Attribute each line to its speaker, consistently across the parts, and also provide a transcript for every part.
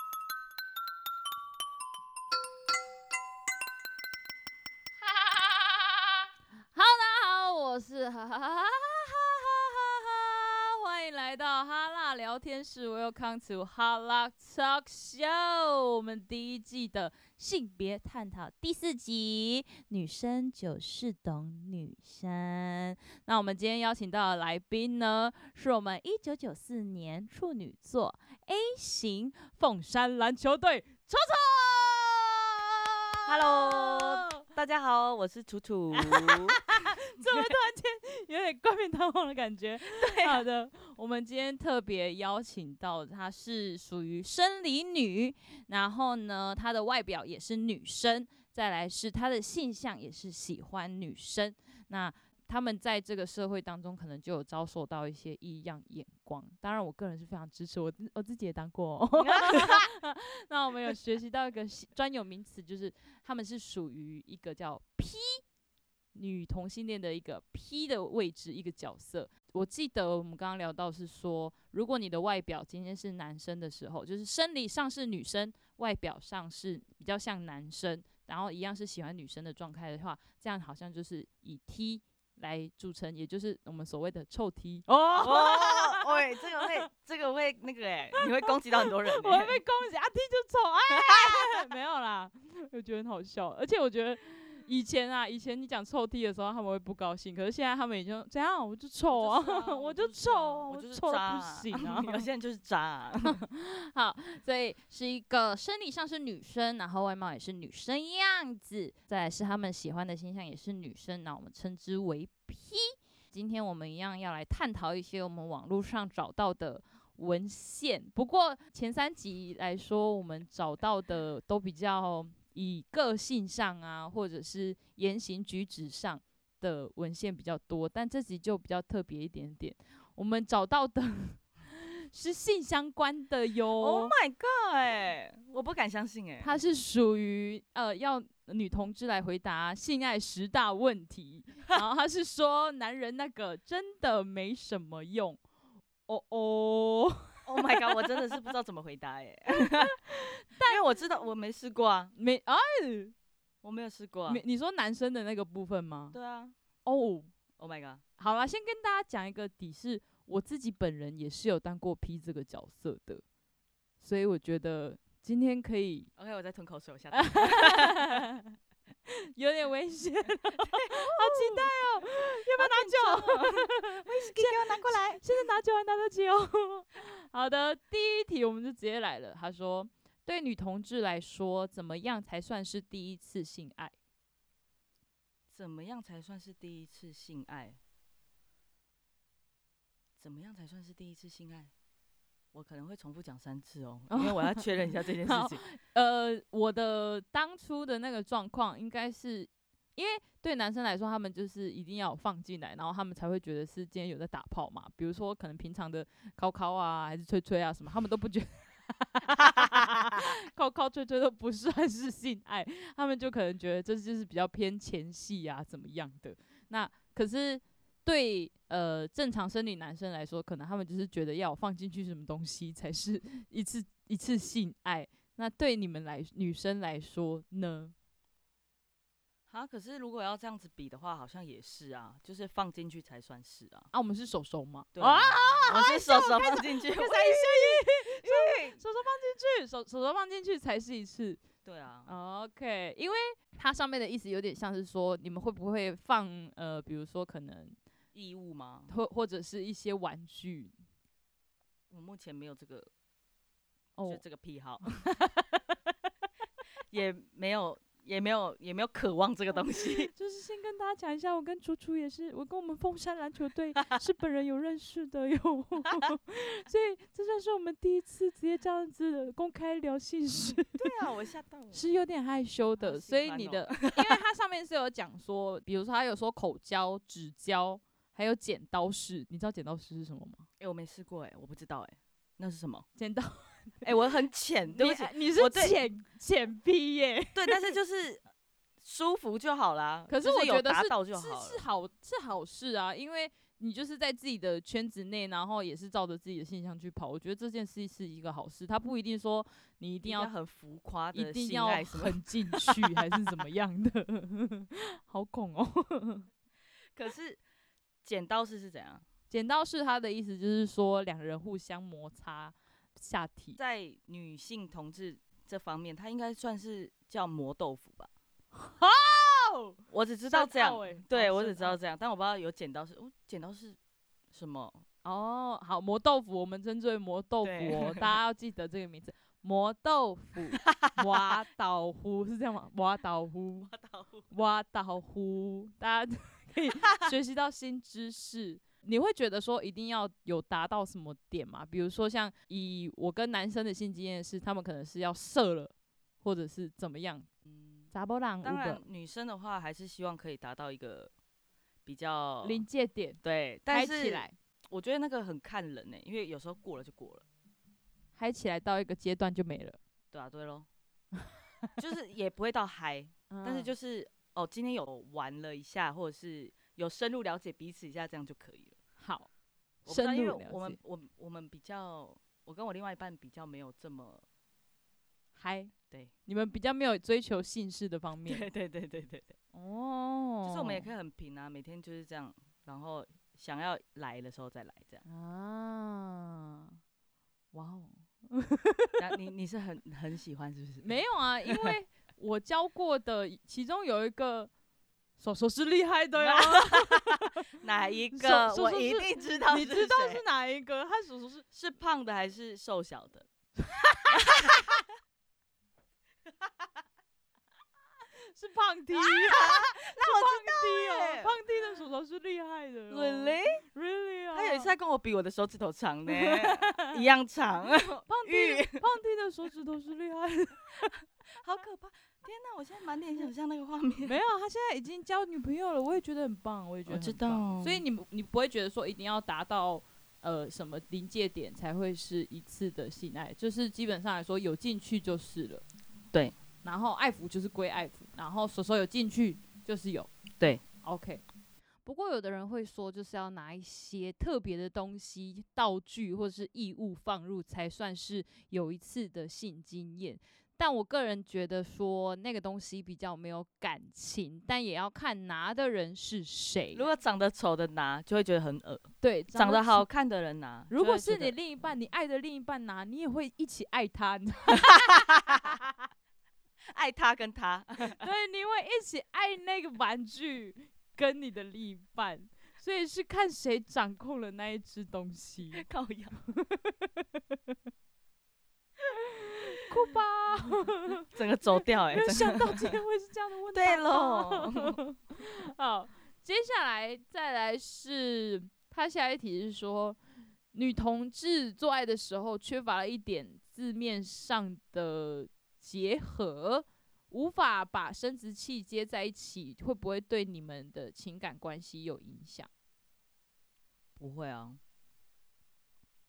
Speaker 1: 哈哈哈哈哈哈哈哈哈！欢迎来到哈辣聊天室，Welcome to 哈辣 Talk Show，我们第一季的性别探讨第四集，女生就是懂女生。那我们今天邀请到的来宾呢，是我们一九九四年处女座 A 型凤山篮球队丑丑。
Speaker 2: Hello 大家好，我是楚 楚。
Speaker 1: 怎么突然间有点冠冕堂皇的感觉？对、好的，我们今天特别邀请到她是属于生理女，然后呢，她的外表也是女生，再来是她的性向也是喜欢女生。那他们在这个社会当中，可能就有遭受到一些异样眼光。当然，我个人是非常支持我自我自己也当过、哦。 那我们有学习到一个新专有名词，就是他们是属于一个叫 P 女同性恋的一个 P 的位置一个角色。我记得我们刚刚聊到是说，如果你的外表今天是男生的时候，就是生理上是女生，外表上是比较像男生，然后一样是喜欢女生的状态的话，这样好像就是以 T 来著称，也就是我们所谓的臭 T。哦，
Speaker 2: 哦， 喂，这个会，这个会那个哎、你会攻击到很 多人、
Speaker 1: 我
Speaker 2: 欸
Speaker 1: 会。被恭喜啊，T 就丑哎，没有啦， 我觉得很好笑，而且我觉得。以前啊，以前你讲臭 T 的时候，他们会不高兴，可是现在他们已经怎样，我就臭啊，我就臭啊，
Speaker 2: 我就是
Speaker 1: 臭
Speaker 2: 渣
Speaker 1: 得不
Speaker 2: 啊，
Speaker 1: 行啊，
Speaker 2: 有些人就是渣、 啊。
Speaker 1: 好，所以是一个生理上是女生，然后外貌也是女生样子，再来是他们喜欢的形象也是女生，那我们称之为 P。今天我们一样要来探讨一些我们网络上找到的文献，不过前三集来说，我们找到的都比较以个性上啊，或者是言行举止上的文献比较多，但这集就比较特别一点点，我们找到的 是性相关的哟。
Speaker 2: Oh my god！哎、我不敢相信哎、
Speaker 1: 它是属于呃要女同志来回答性爱十大问题，然后他是说男人那个真的没什么用。哦哦，
Speaker 2: Oh my god！我真的是不知道怎么回答 哎、但因为我知道我没试过啊，
Speaker 1: 没啊，
Speaker 2: 我没有试过啊
Speaker 1: 没。你说男生的那个部分吗？
Speaker 2: 对啊
Speaker 1: 哦，
Speaker 2: ，Oh my god！
Speaker 1: 好啦，先跟大家讲一个底是，我自己本人也是有当过 P 这个角色的，所以我觉得今天可以
Speaker 2: OK，我再吞口水，我下
Speaker 1: 有点危险哦、 好期待哦、要不要拿酒？
Speaker 2: 给我拿过来。
Speaker 1: 现在拿酒还拿得及哦。 好的，第一题我们就直接来了。他说，对女同志来说，怎么样才算是第一次性爱？
Speaker 2: 怎么样才算是第一次性爱？怎么样才算是第一次性爱？我可能会重复讲三次哦，因为我要确认一下这件事
Speaker 1: 好
Speaker 2: 情。
Speaker 1: 呃，我的当初的那个状况，应该是因为对男生来说，他们就是一定要有放进来，然后他们才会觉得是今天有在打炮嘛。比如说，可能平常的敲敲啊，还是吹吹啊什么，他们都不觉得 敲敲吹吹都不算是性爱，他们就可能觉得这就是比较偏前戏啊，怎么样的。那可是对呃正常生理男生来说，可能他们就是觉得要有放进去什么东西才是一次一次性爱。那对你们来女生来说呢？
Speaker 2: 啊，可是如果要这样子比的话，好像也是啊，就是放进去才算是啊。
Speaker 1: 啊，我们是手手吗？
Speaker 2: 对啊，我是手手放进去，
Speaker 1: 开始
Speaker 2: 我
Speaker 1: 手手放进去，手手手放进去才是一次。
Speaker 2: 对啊，
Speaker 1: OK，因为它上面的意思有点像是说，你们会不会放呃，比如说可能
Speaker 2: 义务吗？
Speaker 1: 或或者是一些玩具
Speaker 2: 我目前没有这个，就
Speaker 1: 哦，。
Speaker 2: 这个癖好， 也没有，也没有，也没有渴望这个东西
Speaker 1: 就是先跟大家讲一下，我跟楚楚也是，我跟我们凤山篮球 队是本人有认识的 哟，所以这算是我们第一次直接这样子公开聊性事，
Speaker 2: 对啊，我吓到了。
Speaker 1: 是有点害羞的。
Speaker 2: 好喜
Speaker 1: 所以
Speaker 2: 欢
Speaker 1: 你
Speaker 2: 哦
Speaker 1: 的，因为它上面是有讲说，比如说它有说口交、指交，还有剪刀式，你知道剪刀式是什么吗？
Speaker 2: 哎、我没试过哎、我不知道哎、那是什么？
Speaker 1: 剪 刀，
Speaker 2: 哎、我很浅，对不起，
Speaker 1: 你是
Speaker 2: 我对
Speaker 1: 剪 剪逼耶、
Speaker 2: 对，但 是就是舒服就好啦。
Speaker 1: 可是
Speaker 2: 就
Speaker 1: 我
Speaker 2: 有
Speaker 1: 觉得
Speaker 2: 达
Speaker 1: 是
Speaker 2: 到就好
Speaker 1: 是
Speaker 2: 了。
Speaker 1: 是好是好事啊，因为你就是在自己的圈子内，然后也是照着自己的性向去跑。我觉得这件事是一个好事，它不一定说你一
Speaker 2: 一
Speaker 1: 定
Speaker 2: 定
Speaker 1: 要
Speaker 2: 很浮夸
Speaker 1: 一
Speaker 2: 的
Speaker 1: 定
Speaker 2: 性
Speaker 1: 要
Speaker 2: 爱什么？
Speaker 1: 很进去 还是怎么样的，好恐哦。
Speaker 2: 可是剪刀式是怎样？
Speaker 1: 剪刀式它的意思就是说两人互相摩擦下体，
Speaker 2: 在女性同志这方面，它应该算是叫磨豆腐吧？
Speaker 1: 哦，
Speaker 2: 我只知道欸这样，对我只知道
Speaker 1: 道
Speaker 2: 这样，但我不知道有剪刀式，哦，剪刀是什么？
Speaker 1: 哦，好磨豆腐，我们称之为磨豆腐
Speaker 2: 对
Speaker 1: 哦，大家要记得这个名字，磨豆腐，挖倒呼是这样吗？挖倒呼，挖倒呼，大家 可以学习到新知识。你会觉得说一定要有达到什么点吗？比如说像以我跟男生的性经验是，他们可能是要射了，或者是怎么样？
Speaker 2: 嗯，
Speaker 1: 查波浪
Speaker 2: 当然
Speaker 1: 五
Speaker 2: 女生的话还是希望可以达到一个比较
Speaker 1: 个临界点
Speaker 2: 对，哦但
Speaker 1: 嗨起
Speaker 2: 是
Speaker 1: 来，
Speaker 2: 我觉得那个很看人呢、因为有时候过了就过了，
Speaker 1: 嗨起来到一个阶段就没了。
Speaker 2: 对啊，对咯， 就是也不会到嗨，但是
Speaker 1: 嗯
Speaker 2: 就是哦，今天有玩了一下，或者是有深入了解彼此一下，这样就可以了。
Speaker 1: 好，
Speaker 2: 我不知道
Speaker 1: 深
Speaker 2: 因
Speaker 1: 入
Speaker 2: 为
Speaker 1: 了解，
Speaker 2: 我们我们我们比较，我跟我另外一半比较没有这么
Speaker 1: 嗨，
Speaker 2: 对
Speaker 1: 你们比较没有追求姓氏的方面
Speaker 2: 对对对对对对，
Speaker 1: 哦，
Speaker 2: 就是我们也可
Speaker 1: 以
Speaker 2: 以很平啊，每天就是这样，然后想要来的时候再来这样。哦
Speaker 1: 啊，哇哦，
Speaker 2: 那你你是很很喜欢是不是？
Speaker 1: 没有啊，因为我教过的其中有一个手手是厉害 的呀，
Speaker 2: 哪一
Speaker 1: 手
Speaker 2: 个，
Speaker 1: 手
Speaker 2: 我
Speaker 1: 术
Speaker 2: 一
Speaker 1: 是
Speaker 2: 定知道
Speaker 1: 你
Speaker 2: 是
Speaker 1: 知道
Speaker 2: 谁
Speaker 1: 是哪一个？他手手是
Speaker 2: 是胖的还是瘦小的？
Speaker 1: 是 胖 T 啊，
Speaker 2: 那欸
Speaker 1: 是胖 T 哦，胖 T 的手手是厉害的哦、really 啊，
Speaker 2: 他有一次还跟我比我的手指头长 呢，一样长，
Speaker 1: 胖 T 的胖 T 的手指头是厉害的，
Speaker 2: 好可怕！天哪，我现在满脸想象那个画面。
Speaker 1: 没有，啊他现在已经交女朋友了，我也觉得很棒，我也觉得
Speaker 2: 我知
Speaker 1: 很棒
Speaker 2: 道
Speaker 1: 所以你不你不会觉得说一定要达到呃什么临界点才会是一次的性爱，就是基本上来说有进去就是了。
Speaker 2: 对，
Speaker 1: 然后爱抚就是归爱抚，然后手手有进去就是有。
Speaker 2: 对
Speaker 1: ，OK。不过有的人会说，就是要拿一些特别的东西、道具或是异物放入，才算是有一次的性经验。但我个人觉得说那个东西比较没有感情，但也要看拿的人是谁。
Speaker 2: 如果长得丑的拿，就会觉得很恶；
Speaker 1: 对
Speaker 2: 长得
Speaker 1: 出
Speaker 2: 好看的人拿，
Speaker 1: 如
Speaker 2: 就
Speaker 1: 果
Speaker 2: 会觉
Speaker 1: 是你
Speaker 2: 得
Speaker 1: 另一半，你爱的另一半拿、你也会一起爱他， 你知道吗
Speaker 2: 爱他跟他，
Speaker 1: 对，你会一起爱那个玩具跟你的另一半，所以是看谁掌控了那一只东西，
Speaker 2: 靠腰。
Speaker 1: 酷吧？
Speaker 2: 整个走 掉哎、
Speaker 1: 没有
Speaker 2: 真
Speaker 1: 想到今天会是这样的问题。
Speaker 2: 对喽，
Speaker 1: 好，接下来再来是他下一题是说，女同志做爱的时候缺乏了一点字面上的结合，无法把生殖器接在一起，会不会对你们的情感关系有影响？
Speaker 2: 不会啊？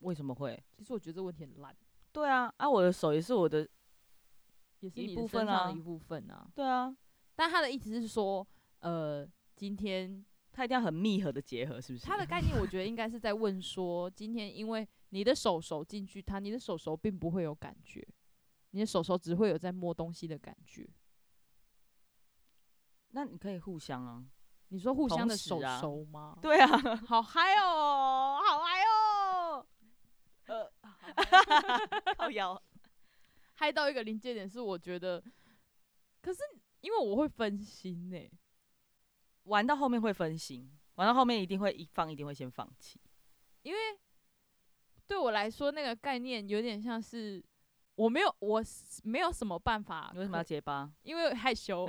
Speaker 2: 为什么会？
Speaker 1: 其实我觉得这问题很烂，
Speaker 2: 对啊，啊，我的手也是我的，
Speaker 1: 也是
Speaker 2: 一
Speaker 1: 你的
Speaker 2: 部
Speaker 1: 身
Speaker 2: 分
Speaker 1: 上的
Speaker 2: 啊
Speaker 1: 一部分啊。
Speaker 2: 对啊，
Speaker 1: 但他的意思是说，呃，今天
Speaker 2: 它一定要很密合的结合，是不是？
Speaker 1: 他的概念，我觉得应该是在问说，今天因为你的手手进去它，你的手手并不会有感觉，你的手手只会有在摸东西的感觉。
Speaker 2: 那你可以互相啊。
Speaker 1: 你说互相
Speaker 2: 同
Speaker 1: 的
Speaker 2: 时
Speaker 1: 手
Speaker 2: 啊
Speaker 1: 手吗？
Speaker 2: 对啊，
Speaker 1: 好嗨哦，好嗨哦，
Speaker 2: 靠腰。
Speaker 1: 嗨到一个临界点是我觉得，可是因为我会分心欸呢、
Speaker 2: 玩到后面会分心，玩到后面一定会一放一定会先放弃。
Speaker 1: 因为对我来说那个概念有点像是我没有我是没有什么办法可，
Speaker 2: 你为什么要结巴？
Speaker 1: 因为害羞。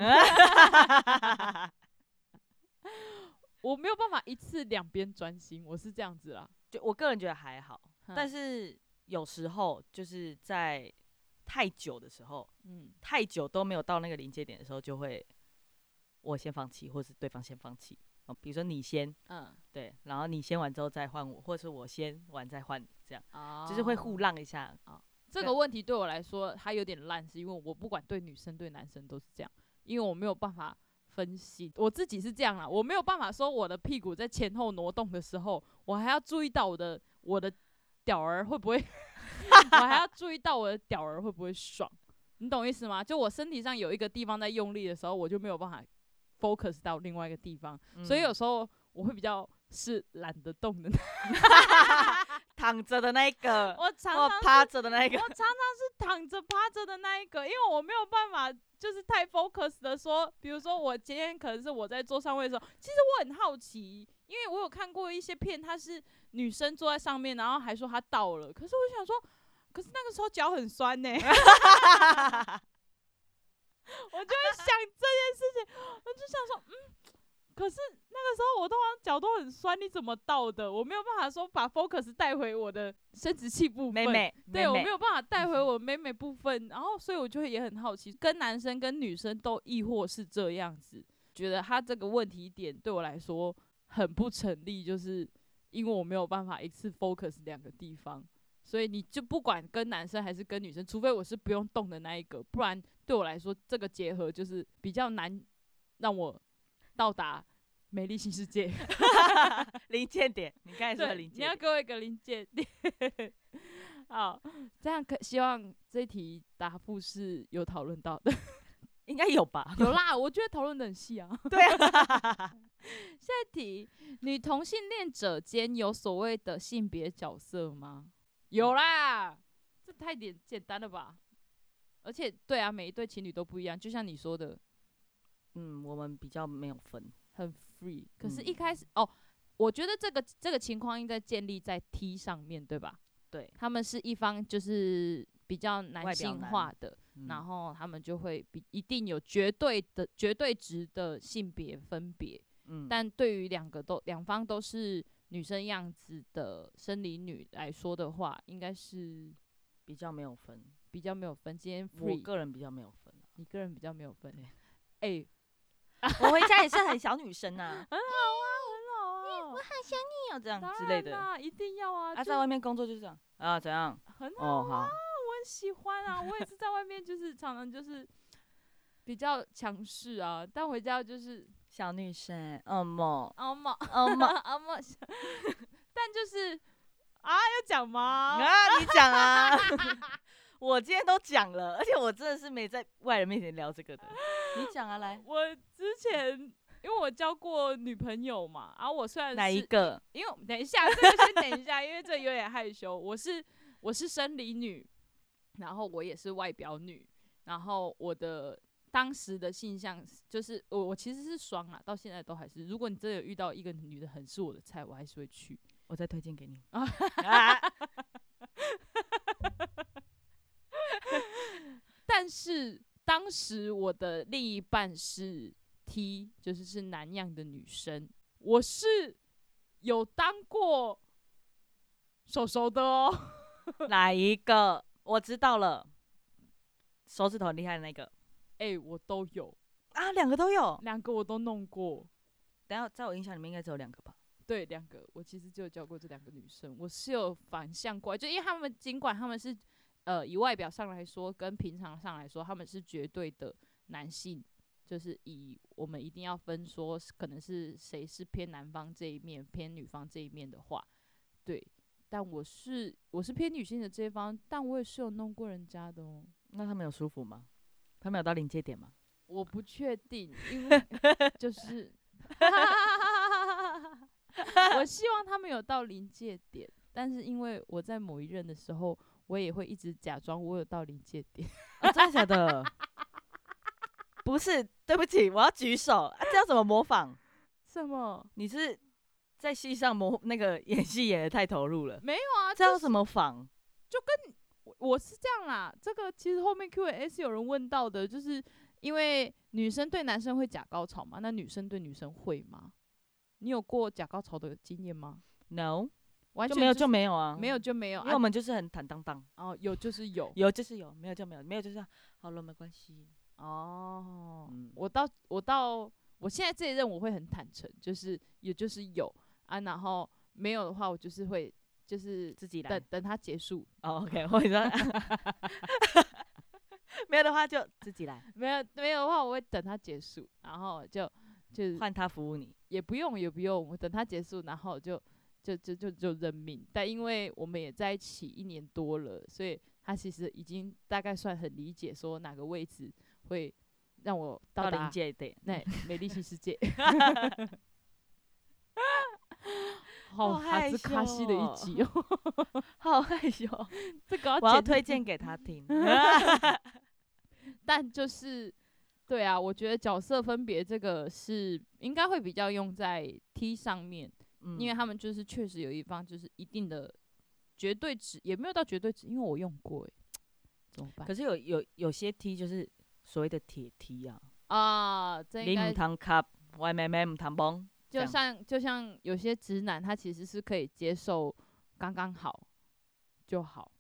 Speaker 1: 我没有办法一次两边专心，我是这样子啦。
Speaker 2: 就我个人觉得还好，但
Speaker 1: 是，
Speaker 2: 是有时候就是在太久的时候，
Speaker 1: 嗯，
Speaker 2: 太久都没有到那个临界点的时候，就会我先放弃，或是对方先放弃。哦，比如说你先
Speaker 1: 嗯，
Speaker 2: 对，然后你先完之后再换我，或是我先完再换你，这样
Speaker 1: 啊
Speaker 2: 就是会互。浪一下。
Speaker 1: 这个问题对我来说还有点烂，是因为我不管对女生对男生都是这样，因为我没有办法分析，我自己是这样啦，我没有办法说我的屁股在前后挪动的时候，我还要注意到我的我的屌儿会不 会，我还要注意到我的屌儿会不会爽，你懂意思吗？就我身体上有一个地方在用力的时候，我就没有办法 focus 到另外一个地方，所以有
Speaker 2: 嗯
Speaker 1: 时候我会比较是懒得动的那
Speaker 2: 躺着的那一个，
Speaker 1: 我常常
Speaker 2: 或
Speaker 1: 是
Speaker 2: 趴着的那一个
Speaker 1: 我，常常是躺着趴着的那一个，因为我没有办法，就是太 focus 的说，比如说我今天可能是我在坐上位的时候，其实我很好奇，因为我有看过一些片，它是女生坐在上面，然后还说她到了，可是我就想说，可是那个时候脚很酸呢、我就会想这件事情，我就想说，嗯，可是那个时候我通常脚都很酸，你怎么到的？我没有办法说把 focus 带回我的生殖器部分，
Speaker 2: 妹妹，
Speaker 1: 对我
Speaker 2: 妹
Speaker 1: 没
Speaker 2: 妹嗯
Speaker 1: 有办法带回我妹妹部分，然后所以我就会也很好奇，跟男生跟女生都疑惑是这样子，觉得他这个问题点对我来说很不成立，就是因为我没有办法一次 focus 两个地方，所以你就不管跟男生还是跟女生，除非我是不用动的那一个，不然对我来说这个结合就是比较难让我到达美丽新世界。
Speaker 2: 零件点，你刚才说
Speaker 1: 对，
Speaker 2: 的零
Speaker 1: 你要
Speaker 2: 件点，
Speaker 1: 给我一个临界点。 好，这样可希望这一题答复是有讨论到的。
Speaker 2: 应该有 吧？
Speaker 1: 有 啦，我觉得讨论的很细啊。
Speaker 2: 对啊，
Speaker 1: 下一题，女同性恋者间有所谓的性别角色吗？有啦，这太简简单了吧？而且，对啊，每一对情侣都不一样，就像你说的，
Speaker 2: 嗯，我们比较没有分，
Speaker 1: 很 free。可是，
Speaker 2: 嗯
Speaker 1: 一开始、哦，我觉得这个这个情况应该建立在 T 上面对吧？
Speaker 2: 对，
Speaker 1: 他们是一方就是比较男
Speaker 2: 外表
Speaker 1: 性
Speaker 2: 男
Speaker 1: 化的，
Speaker 2: 嗯
Speaker 1: 然后他们就会比一定有绝对的绝对值的性别分别，
Speaker 2: 嗯
Speaker 1: 但对于两个都两方都是女生样子的生理女来说的话，应该是
Speaker 2: 比较没有分，
Speaker 1: 比较没有分。今天
Speaker 2: 我
Speaker 1: free，
Speaker 2: 个人比较没有分。啊
Speaker 1: 你个人比较没有分
Speaker 2: 对。
Speaker 1: 哎、
Speaker 2: 我回家也是很小女生啊呐、
Speaker 1: 很好啊，很好啊，
Speaker 2: 你有这样
Speaker 1: 当
Speaker 2: 啊之类
Speaker 1: 然
Speaker 2: 的。
Speaker 1: 啦，一定要啊，
Speaker 2: 啊，
Speaker 1: 就
Speaker 2: 在外面工作就是这样啊，怎样？
Speaker 1: 很好
Speaker 2: 哦，好，
Speaker 1: 我很喜欢啊，我也是在外面就是常常就是比较强势啊，但回家就是啊
Speaker 2: 小女生，嗯么，
Speaker 1: 阿嬷
Speaker 2: 嗯么
Speaker 1: 阿嬷，啊但就是啊要讲吗？
Speaker 2: 啊，你讲 啊，我今天都讲了，而且我真的是没在外人面前聊这个的。你讲啊，来，
Speaker 1: 我之前因为我交过女朋友嘛，啊，我虽然
Speaker 2: 哪一
Speaker 1: 是
Speaker 2: 个？
Speaker 1: 因为我等一下，这个先等一下，因为这有点害羞。我是我是生理女，然后我也是外表女，然后我的当时的性向是就是我我其实是双啊，到现在都还是。如果你真的有遇到一个女的很是我的菜，我还是会去。
Speaker 2: 我再推荐给你。
Speaker 1: 啊
Speaker 2: 啊，
Speaker 1: 但是当时我的另一半是 T，就是是男样的女生，我是有当过手手的哦。
Speaker 2: 哪一个？我知道了，手指头很厉害的那个
Speaker 1: 哎、我都有，
Speaker 2: 啊，两个都有。
Speaker 1: 两个我都弄过。
Speaker 2: 等一下，在我印象里面应该只有两个吧？
Speaker 1: 对，两个，我其实就有教过这两个女生，我是有反向过来，就因为她们尽管她们是呃以外表上来说，跟平常上来说，她们是绝对的男性，就是以我们一定要分说，可能是谁是偏男方这一面，偏女方这一面的话，对，但我是我是偏女性的这一方，但我也是有弄过人家的哦，
Speaker 2: 那他们有舒服吗？他们有到临界点吗？
Speaker 1: 我不确定，因 为就是。我希望他们有到临界点，但是因为我在某一任的时候，我也会一直假装我有到临界点。
Speaker 2: 啊，真的假的？不是，对不起，我要举手。啊、这要怎么模仿？
Speaker 1: 什么？
Speaker 2: 你是在戏上模那个演戏演的太投入了，
Speaker 1: 没有啊，
Speaker 2: 这
Speaker 1: 就
Speaker 2: 要
Speaker 1: 是
Speaker 2: 怎么仿？
Speaker 1: 我我是这样啦。这个其实后面 Q&A 是有人问到的，就是因为女生对男生会假高潮嘛，那女生对女生会吗？你有过假高潮的经验吗？
Speaker 2: No，
Speaker 1: 完
Speaker 2: 就
Speaker 1: 全
Speaker 2: 没有
Speaker 1: 是
Speaker 2: 就没有啊，
Speaker 1: 没有，就没有
Speaker 2: 因为我
Speaker 1: 啊。
Speaker 2: 们就是很坦荡荡，
Speaker 1: 哦，有就是有，
Speaker 2: 有就是有，没有就没有，没有就是啊好了，没关系。
Speaker 1: 哦，
Speaker 2: 嗯
Speaker 1: 我到我到我现在这一任我会很坦诚，就是也就是有啊，然后没有的话，我就是会就是
Speaker 2: 自己来
Speaker 1: 等。等它结束，
Speaker 2: 哦，OK，我跟你说， 没有的话就自己来，
Speaker 1: 没有没有的话，我会等它结束，然后就就是
Speaker 2: 换他服务你。
Speaker 1: 也不用也不用，我等它结束，然后就就就就就认命。但因为我们也在一起一年多了，所以他其实已经大概算很理解说哪个位置会让我
Speaker 2: 到
Speaker 1: 到达
Speaker 2: 临界点，
Speaker 1: 那美丽新世界。好
Speaker 2: 好
Speaker 1: 哈
Speaker 2: 害
Speaker 1: 兹卡西的一
Speaker 2: 羞
Speaker 1: 集 哦，
Speaker 2: 好害羞。
Speaker 1: 这个要
Speaker 2: 我要
Speaker 1: 剪
Speaker 2: 推荐给 他听。嗯
Speaker 1: 但就是，对啊，我觉得角色分别这个是应该会比较用在 T 上面，因为他
Speaker 2: 们
Speaker 1: 们就是确实有一方就是一定的绝对值，也没有到绝对值，因为我用过、欸，怎么办
Speaker 2: 可是有有有些 T 就是所谓的铁 T 啊，
Speaker 1: 啊？这应
Speaker 2: 你
Speaker 1: 该
Speaker 2: 唔通 cup，我妹妹唔通帮，
Speaker 1: 就
Speaker 2: 这样
Speaker 1: 像就像有些直男，他其实是可以接受刚刚好就好，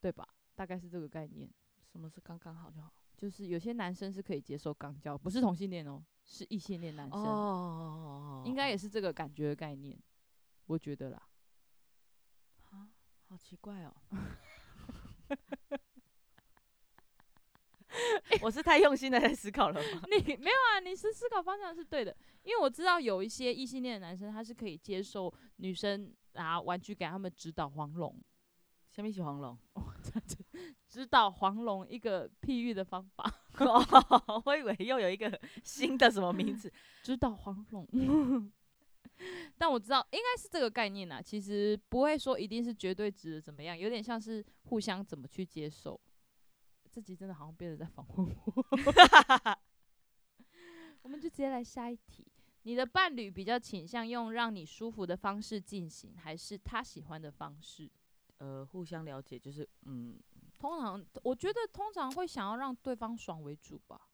Speaker 1: 对吧？大概是这个概念。
Speaker 2: 什么是刚刚好就好。
Speaker 1: 就是有些男生是可以接受肛交，不是同性恋哦，是异性恋男生。
Speaker 2: 哦
Speaker 1: 应该也
Speaker 2: 是
Speaker 1: 是这个感觉的概念，我觉得啦。
Speaker 2: 啊，好奇怪哦。我是太用心的在思考了吗？
Speaker 1: 你没有啊？你是思考方向是对的，因为我知道有一些异性恋的男生，他是可以接受女生拿玩具给他们指导黄龙，
Speaker 2: 下面是黄 龙，
Speaker 1: 指导黄龙一个譬喻的方法，
Speaker 2: 哦我以为又有一个新的什么名字。
Speaker 1: 指导黄龙。
Speaker 2: 嗯
Speaker 1: 但我知道应该是这个概念啦，其实不会说一定是绝对值的怎么样，有点像是互相怎么去接受。这集真的好像变得在访问 我。我们就直接来下一题。你的伴侣比较倾向用让你舒服的方式进行，还是他喜欢的方式？
Speaker 2: 呃，互相了解就是，嗯，
Speaker 1: 通常我觉得通常会想要让对方爽为主吧，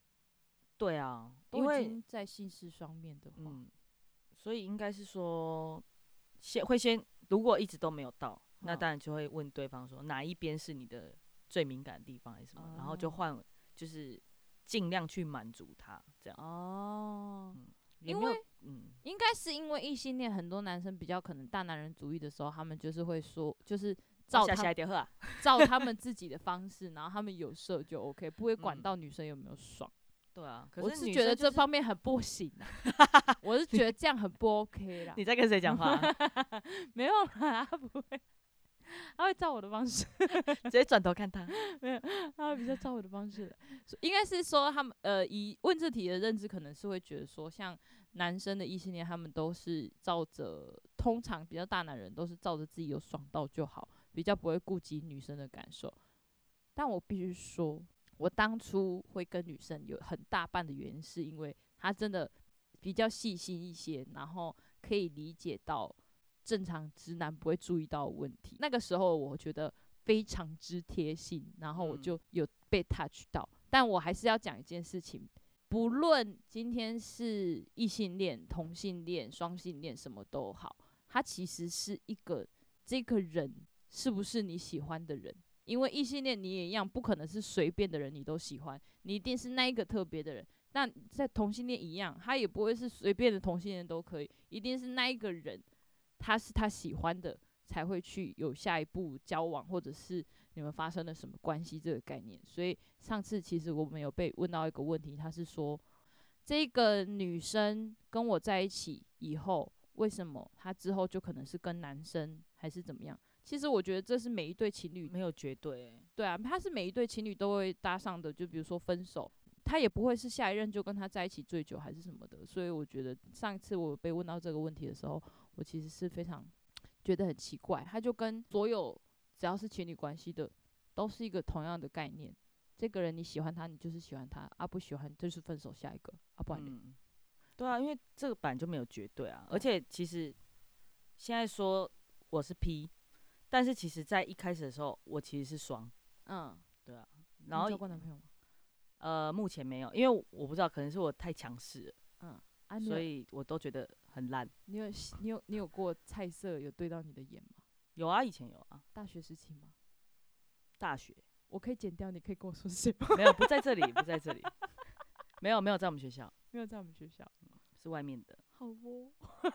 Speaker 2: 对啊，
Speaker 1: 都
Speaker 2: 因
Speaker 1: 已
Speaker 2: 为
Speaker 1: 经在性事方面的话，
Speaker 2: 嗯，所以应该是说，先会先，如果一直都没有到，那
Speaker 1: 嗯
Speaker 2: 当然就会问对方说哪一边是你的最敏感的地方还是什么，然后就
Speaker 1: 哦
Speaker 2: 换，就是尽量去满足他这样。
Speaker 1: 哦，
Speaker 2: 也
Speaker 1: 因
Speaker 2: 没有
Speaker 1: 为
Speaker 2: 嗯，
Speaker 1: 应该是因为异性恋，很多男生比较可能大男人主义的时候，他们就是会说，就是
Speaker 2: 哦
Speaker 1: 照
Speaker 2: 下
Speaker 1: 他
Speaker 2: 下一点喝啊，
Speaker 1: 照他们自己的方式，然后他们有色就 OK，不会管
Speaker 2: 嗯
Speaker 1: 到女生有没有爽。
Speaker 2: 对啊，可
Speaker 1: 我
Speaker 2: 是
Speaker 1: 是
Speaker 2: 女
Speaker 1: 觉
Speaker 2: 生
Speaker 1: 得
Speaker 2: 就
Speaker 1: 这
Speaker 2: 是
Speaker 1: 方面很不行、啊， 我是觉得这样很不 OK 啦。
Speaker 2: 你在跟谁讲话啊？
Speaker 1: 没有啦，他不会，他会照我的方式，
Speaker 2: 直接转头看他，
Speaker 1: 他会比较照我的方式来。所以应该是说他们呃，以问这题的认知，可能是会觉得说，像男生的异性恋，他们都是照着，通常比较大男人都是照着自己有爽到就好，比较不会顾及女生的感受。但我必须说，我当初会跟女生有很大半的原因，是因为她真的比较细心一些，然后可以理解到正常直男不会注意到的问题。那个时候我觉得非常之贴心，然后我
Speaker 2: 嗯
Speaker 1: 就有被 touch 到。但我还是要讲一件事情，不论今天是异性恋、同性恋、双性恋，什么都好，它其实是一个这个人是不是你喜欢的人。因为异性恋你也一样，不可能是随便的人你都喜欢，你一定是那一个特别的人。那在同性恋一样，他也不会是随便的同性恋都可以，一定是那一个人，他是他喜欢的，才会去有下一步交往，或者是你们发生了什么关系这个概念。所以上次其实我们有被问到一个问题，他是说这个女生跟我在一起以后，为什么她之后就可能是跟男生还是怎么样？其实我觉得这是每一对情侣
Speaker 2: 没有绝对欸、
Speaker 1: 对啊，他是每一对情侣都会搭上的，就比如说分手，他也不会是下一任就跟他在一起最久还是什么的。所以我觉得上一次我被问到这个问题的时候，我其实是非常觉得很奇怪，他就跟所有只要是情侣关系的都是一个同样的概念。这个人你喜欢他，你就是喜欢他；啊，不喜欢就是分手，下一个啊，不然嘞、
Speaker 2: 嗯，对啊，因为这个版就没有绝对啊，而且其实现在说我是 P，但是其实在一开始的时候，我其实是双，
Speaker 1: 嗯，
Speaker 2: 然
Speaker 1: 你交过
Speaker 2: 后
Speaker 1: 男朋友吗？
Speaker 2: 呃目前没有，因为我不知道，可能是我太强势了，
Speaker 1: 啊，你
Speaker 2: 所
Speaker 1: 有
Speaker 2: 以我都觉得很烂。
Speaker 1: 你有你有你有过菜色有对到你的眼吗？
Speaker 2: 有啊，以前有啊，
Speaker 1: 大学时期吗？
Speaker 2: 大学
Speaker 1: 我可以剪掉，你可以跟我说是谁吗？
Speaker 2: 没有，不在这里，不在这里， 没有没有在我们学校，
Speaker 1: 没有在我们学校。
Speaker 2: 是外面的
Speaker 1: 好哦。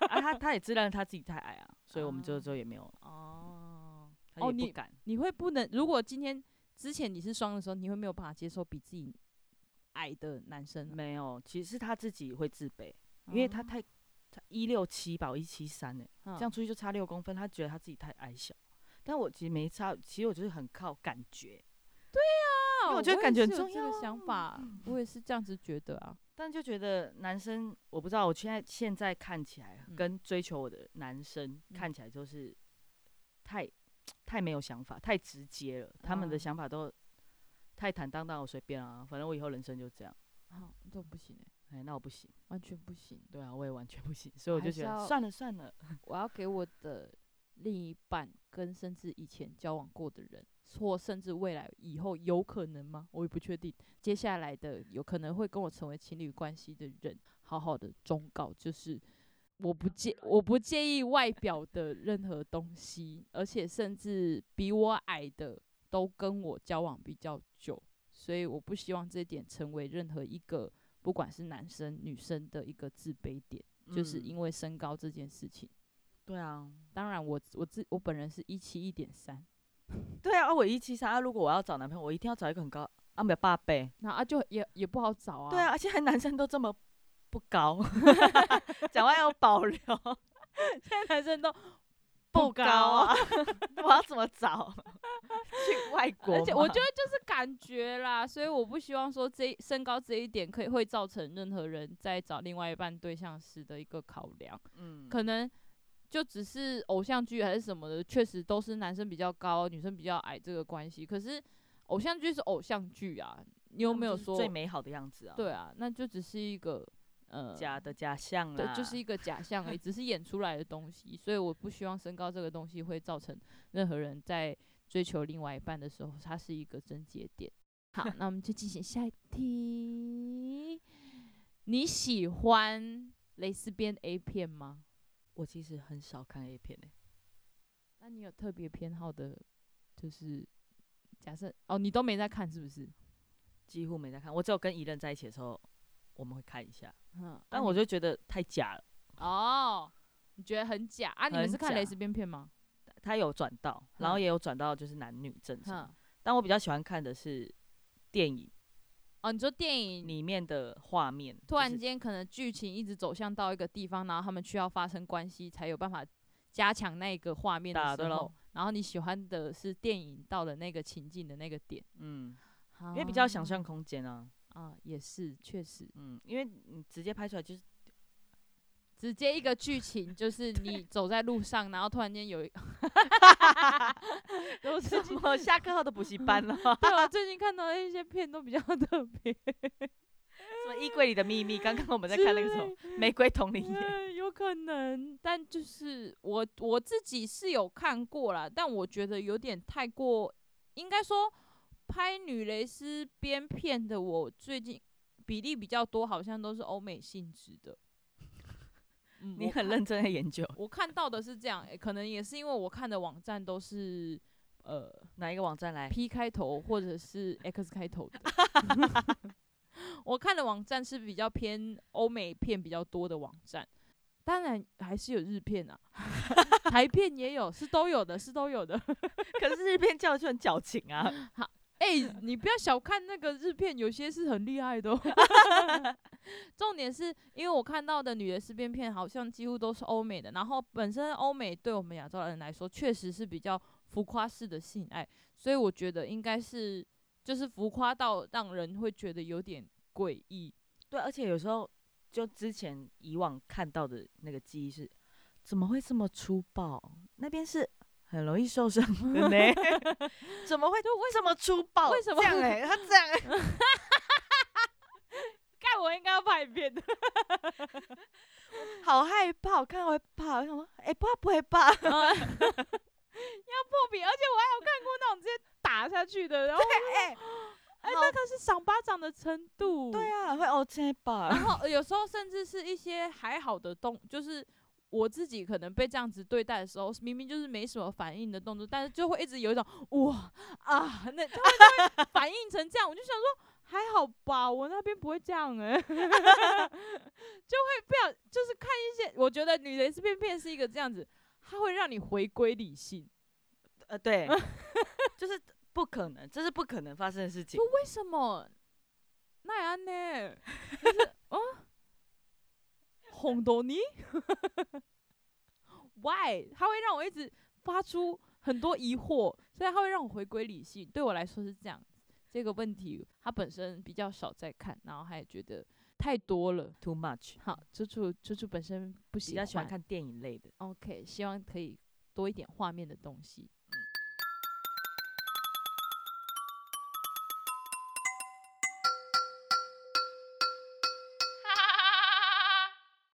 Speaker 2: 啊，他他也自认他自己太矮啊，所以我们
Speaker 1: 啊
Speaker 2: 就之后也没有，
Speaker 1: 哦，
Speaker 2: 他
Speaker 1: 哦
Speaker 2: 也
Speaker 1: 你
Speaker 2: 不敢，
Speaker 1: 你会不能？如果今天之前你是双的时候，你会没有办法接受比自己矮的男生啊、
Speaker 2: 没有，其实是他自己会自卑。嗯因为他
Speaker 1: 哦
Speaker 2: 太他一六七吧，我一七三哎，
Speaker 1: 嗯
Speaker 2: 这样出去就差六公分，他觉得他自己太矮小。但我其实没差，其实我就是很靠感觉。
Speaker 1: 啊
Speaker 2: 因为我觉得感觉
Speaker 1: 也
Speaker 2: 很
Speaker 1: 是有
Speaker 2: 重
Speaker 1: 这
Speaker 2: 要
Speaker 1: 个想法，我也是这样子觉得啊。
Speaker 2: 但就觉得男生，我不知道，我现在现在看起来
Speaker 1: 嗯
Speaker 2: 跟追求我的男生、
Speaker 1: 嗯
Speaker 2: 看起来就是太太没有想法，太直接了，他们的
Speaker 1: 啊
Speaker 2: 想法都太坦荡荡，我随便啊，反正我以后人生就这样。
Speaker 1: 好，这不行、欸，
Speaker 2: 哎，那我不行，
Speaker 1: 完全不行。
Speaker 2: 对啊，我也完全不行，所以我
Speaker 1: 还
Speaker 2: 就是觉得
Speaker 1: 要
Speaker 2: 算了算了，
Speaker 1: 我要给我的另一半，跟甚至以前交往过的人，或甚至未来以后有可能吗？我也不确定。接下来的有可能会跟我成为情侣关系的人，好好的忠告就是。我不介，我不介意外表的任何东西，而且甚至比我矮的都跟我交往比较久，所以我不希望这点成为任何一个不管是男生女生的一个自卑点，就是
Speaker 2: 嗯
Speaker 1: 因为身高这件事情。
Speaker 2: 对啊，
Speaker 1: 当然我，我自我本人是一七一点三，
Speaker 2: 对啊，啊我一七三，啊如果我要找男朋友，我一定要找一个很高啊，没有八倍，
Speaker 1: 那啊就也也不好找啊。
Speaker 2: 对啊，，而且还男生都这么不 高，讲话要保留，
Speaker 1: 现在男生都
Speaker 2: 不高 啊，我要怎么找？ 去外国吗？
Speaker 1: 而且我觉得就是感觉啦，所以我不希望说这身高这一点可以会造成任何人在找另外一半对象时的一个考量，
Speaker 2: 嗯，
Speaker 1: 可能。就只是偶像剧还是什么的，确实都是男生比较高，女生比较矮这个关系。可是偶像剧是偶像剧啊，你有
Speaker 2: 他们
Speaker 1: 没有
Speaker 2: 就是
Speaker 1: 说
Speaker 2: 最美好的样子啊？
Speaker 1: 对啊，那就只是一个呃
Speaker 2: 假的啊假象
Speaker 1: 对
Speaker 2: 啦，，
Speaker 1: 就是一个假象 而已，只是演出来的东西。所以我不希望身高这个东西会造成任何人在追求另外一半的时候，它是一个症结点。好，那我们就进行下一题。你喜欢蕾丝边 A 片吗？
Speaker 2: 我其实很少看 A 片诶、欸
Speaker 1: 那你有特别偏好的，就是假设哦，你都没在看是不是？
Speaker 2: 几乎没在看。我只有跟一任在一起的时候，我们会看一下，
Speaker 1: 嗯，啊
Speaker 2: 但我
Speaker 1: 你
Speaker 2: 就觉得太假了。
Speaker 1: 哦，你觉得很假啊？你们
Speaker 2: 很
Speaker 1: 是看蕾
Speaker 2: 假
Speaker 1: 丝边片吗？
Speaker 2: 他有转到，然后
Speaker 1: 嗯
Speaker 2: 也有转到就是男女正常，
Speaker 1: 哼，
Speaker 2: 但我比较喜欢看的是电影
Speaker 1: 哦，你说电影
Speaker 2: 里面的画面，
Speaker 1: 突
Speaker 2: 就
Speaker 1: 然
Speaker 2: 是
Speaker 1: 间可能剧情一直走向到一个地方，然后他们需要发生关系才有办法加强那个画面
Speaker 2: 打
Speaker 1: 的
Speaker 2: 得
Speaker 1: 时
Speaker 2: 咯
Speaker 1: 候，然后你喜欢的是电影到了那个情境的那个点，
Speaker 2: 嗯，因为比较想象空间啊，
Speaker 1: 啊，也是确实，
Speaker 2: 嗯，因为你直接拍出来就是
Speaker 1: 直接一个剧情就是你走在路上，然后突然间 有一，，
Speaker 2: 都是什么下课后的补习班了、啊
Speaker 1: 对我最近看到的一些片都比较特别，
Speaker 2: 什么衣柜里的秘密，刚刚我们在看那个什么玫瑰同 林眼，
Speaker 1: 嗯有可能，但就是我我自己是有看过啦，但我觉得有点太过，应该说拍女蕾丝边片的，我最近比例比较多，好像都是欧美性质的。嗯，
Speaker 2: 你
Speaker 1: 我
Speaker 2: 很认真的研究
Speaker 1: 我看到的是这样、欸可能也是因为我看的网站都是呃
Speaker 2: 哪一个网站 来？
Speaker 1: P 开头或者是 X 开头的。我看的网站是比较偏欧美片比较多的网站，当然还是有日片啊， 台片也有，是都有的，是都有的。
Speaker 2: 可是日片教就很矫情啊，
Speaker 1: 哎、你不要小看那个日片，有些是很厉害的、哦。 重点是因为我看到的女的尸变片好像几乎都是欧美的，然后本身欧美对我们亚洲人来说确实是比较浮夸式的性爱，所以我觉得应该是就是浮夸到让人会觉得有点诡异。
Speaker 2: 对，而且有时候就之前以往看到的那个记忆是，怎么会这么粗暴？那边是很容易受伤的呢， 怎么会
Speaker 1: 就为
Speaker 2: 这么粗暴？
Speaker 1: 为什么
Speaker 2: 这样、欸？他这样、欸，
Speaker 1: 盖我应该要拍片 的，
Speaker 2: 好害怕，我看到会怕，我想说，哎、怕不会怕？
Speaker 1: 要破笔，而且我还有看过那种直接打下去的，然后
Speaker 2: 哎、
Speaker 1: 哎、那个是赏巴掌的程度。
Speaker 2: 对啊，会 OK 吧？
Speaker 1: 然后有时候甚至是一些还好的动，就是我自己可能被这样子对待的时候，明明就是没什么反应的动作，但是就会一直有一种哇啊，那就会就会反应成这样，我就想说。还好吧，我那边不会这样 哎、就会不要，就是看一些，我觉得女蕾丝片片是一个这样子，它会让你回归理性。
Speaker 2: 呃，对，就是不可能，这是不可能发生的事情
Speaker 1: 就。为什么那样呢？就是 啊，红豆泥，why？它会让我一直发出很多疑惑，所以它会让我回归理性。对我来说是这样子，这个问题它本身比较少在看，然后还觉得太多了。
Speaker 2: too much，
Speaker 1: 好，猪猪猪猪本身不
Speaker 2: 比
Speaker 1: 喜
Speaker 2: 较
Speaker 1: 欢
Speaker 2: 喜欢看电影类的。
Speaker 1: OK，希望可以多一点画面的东西。嗯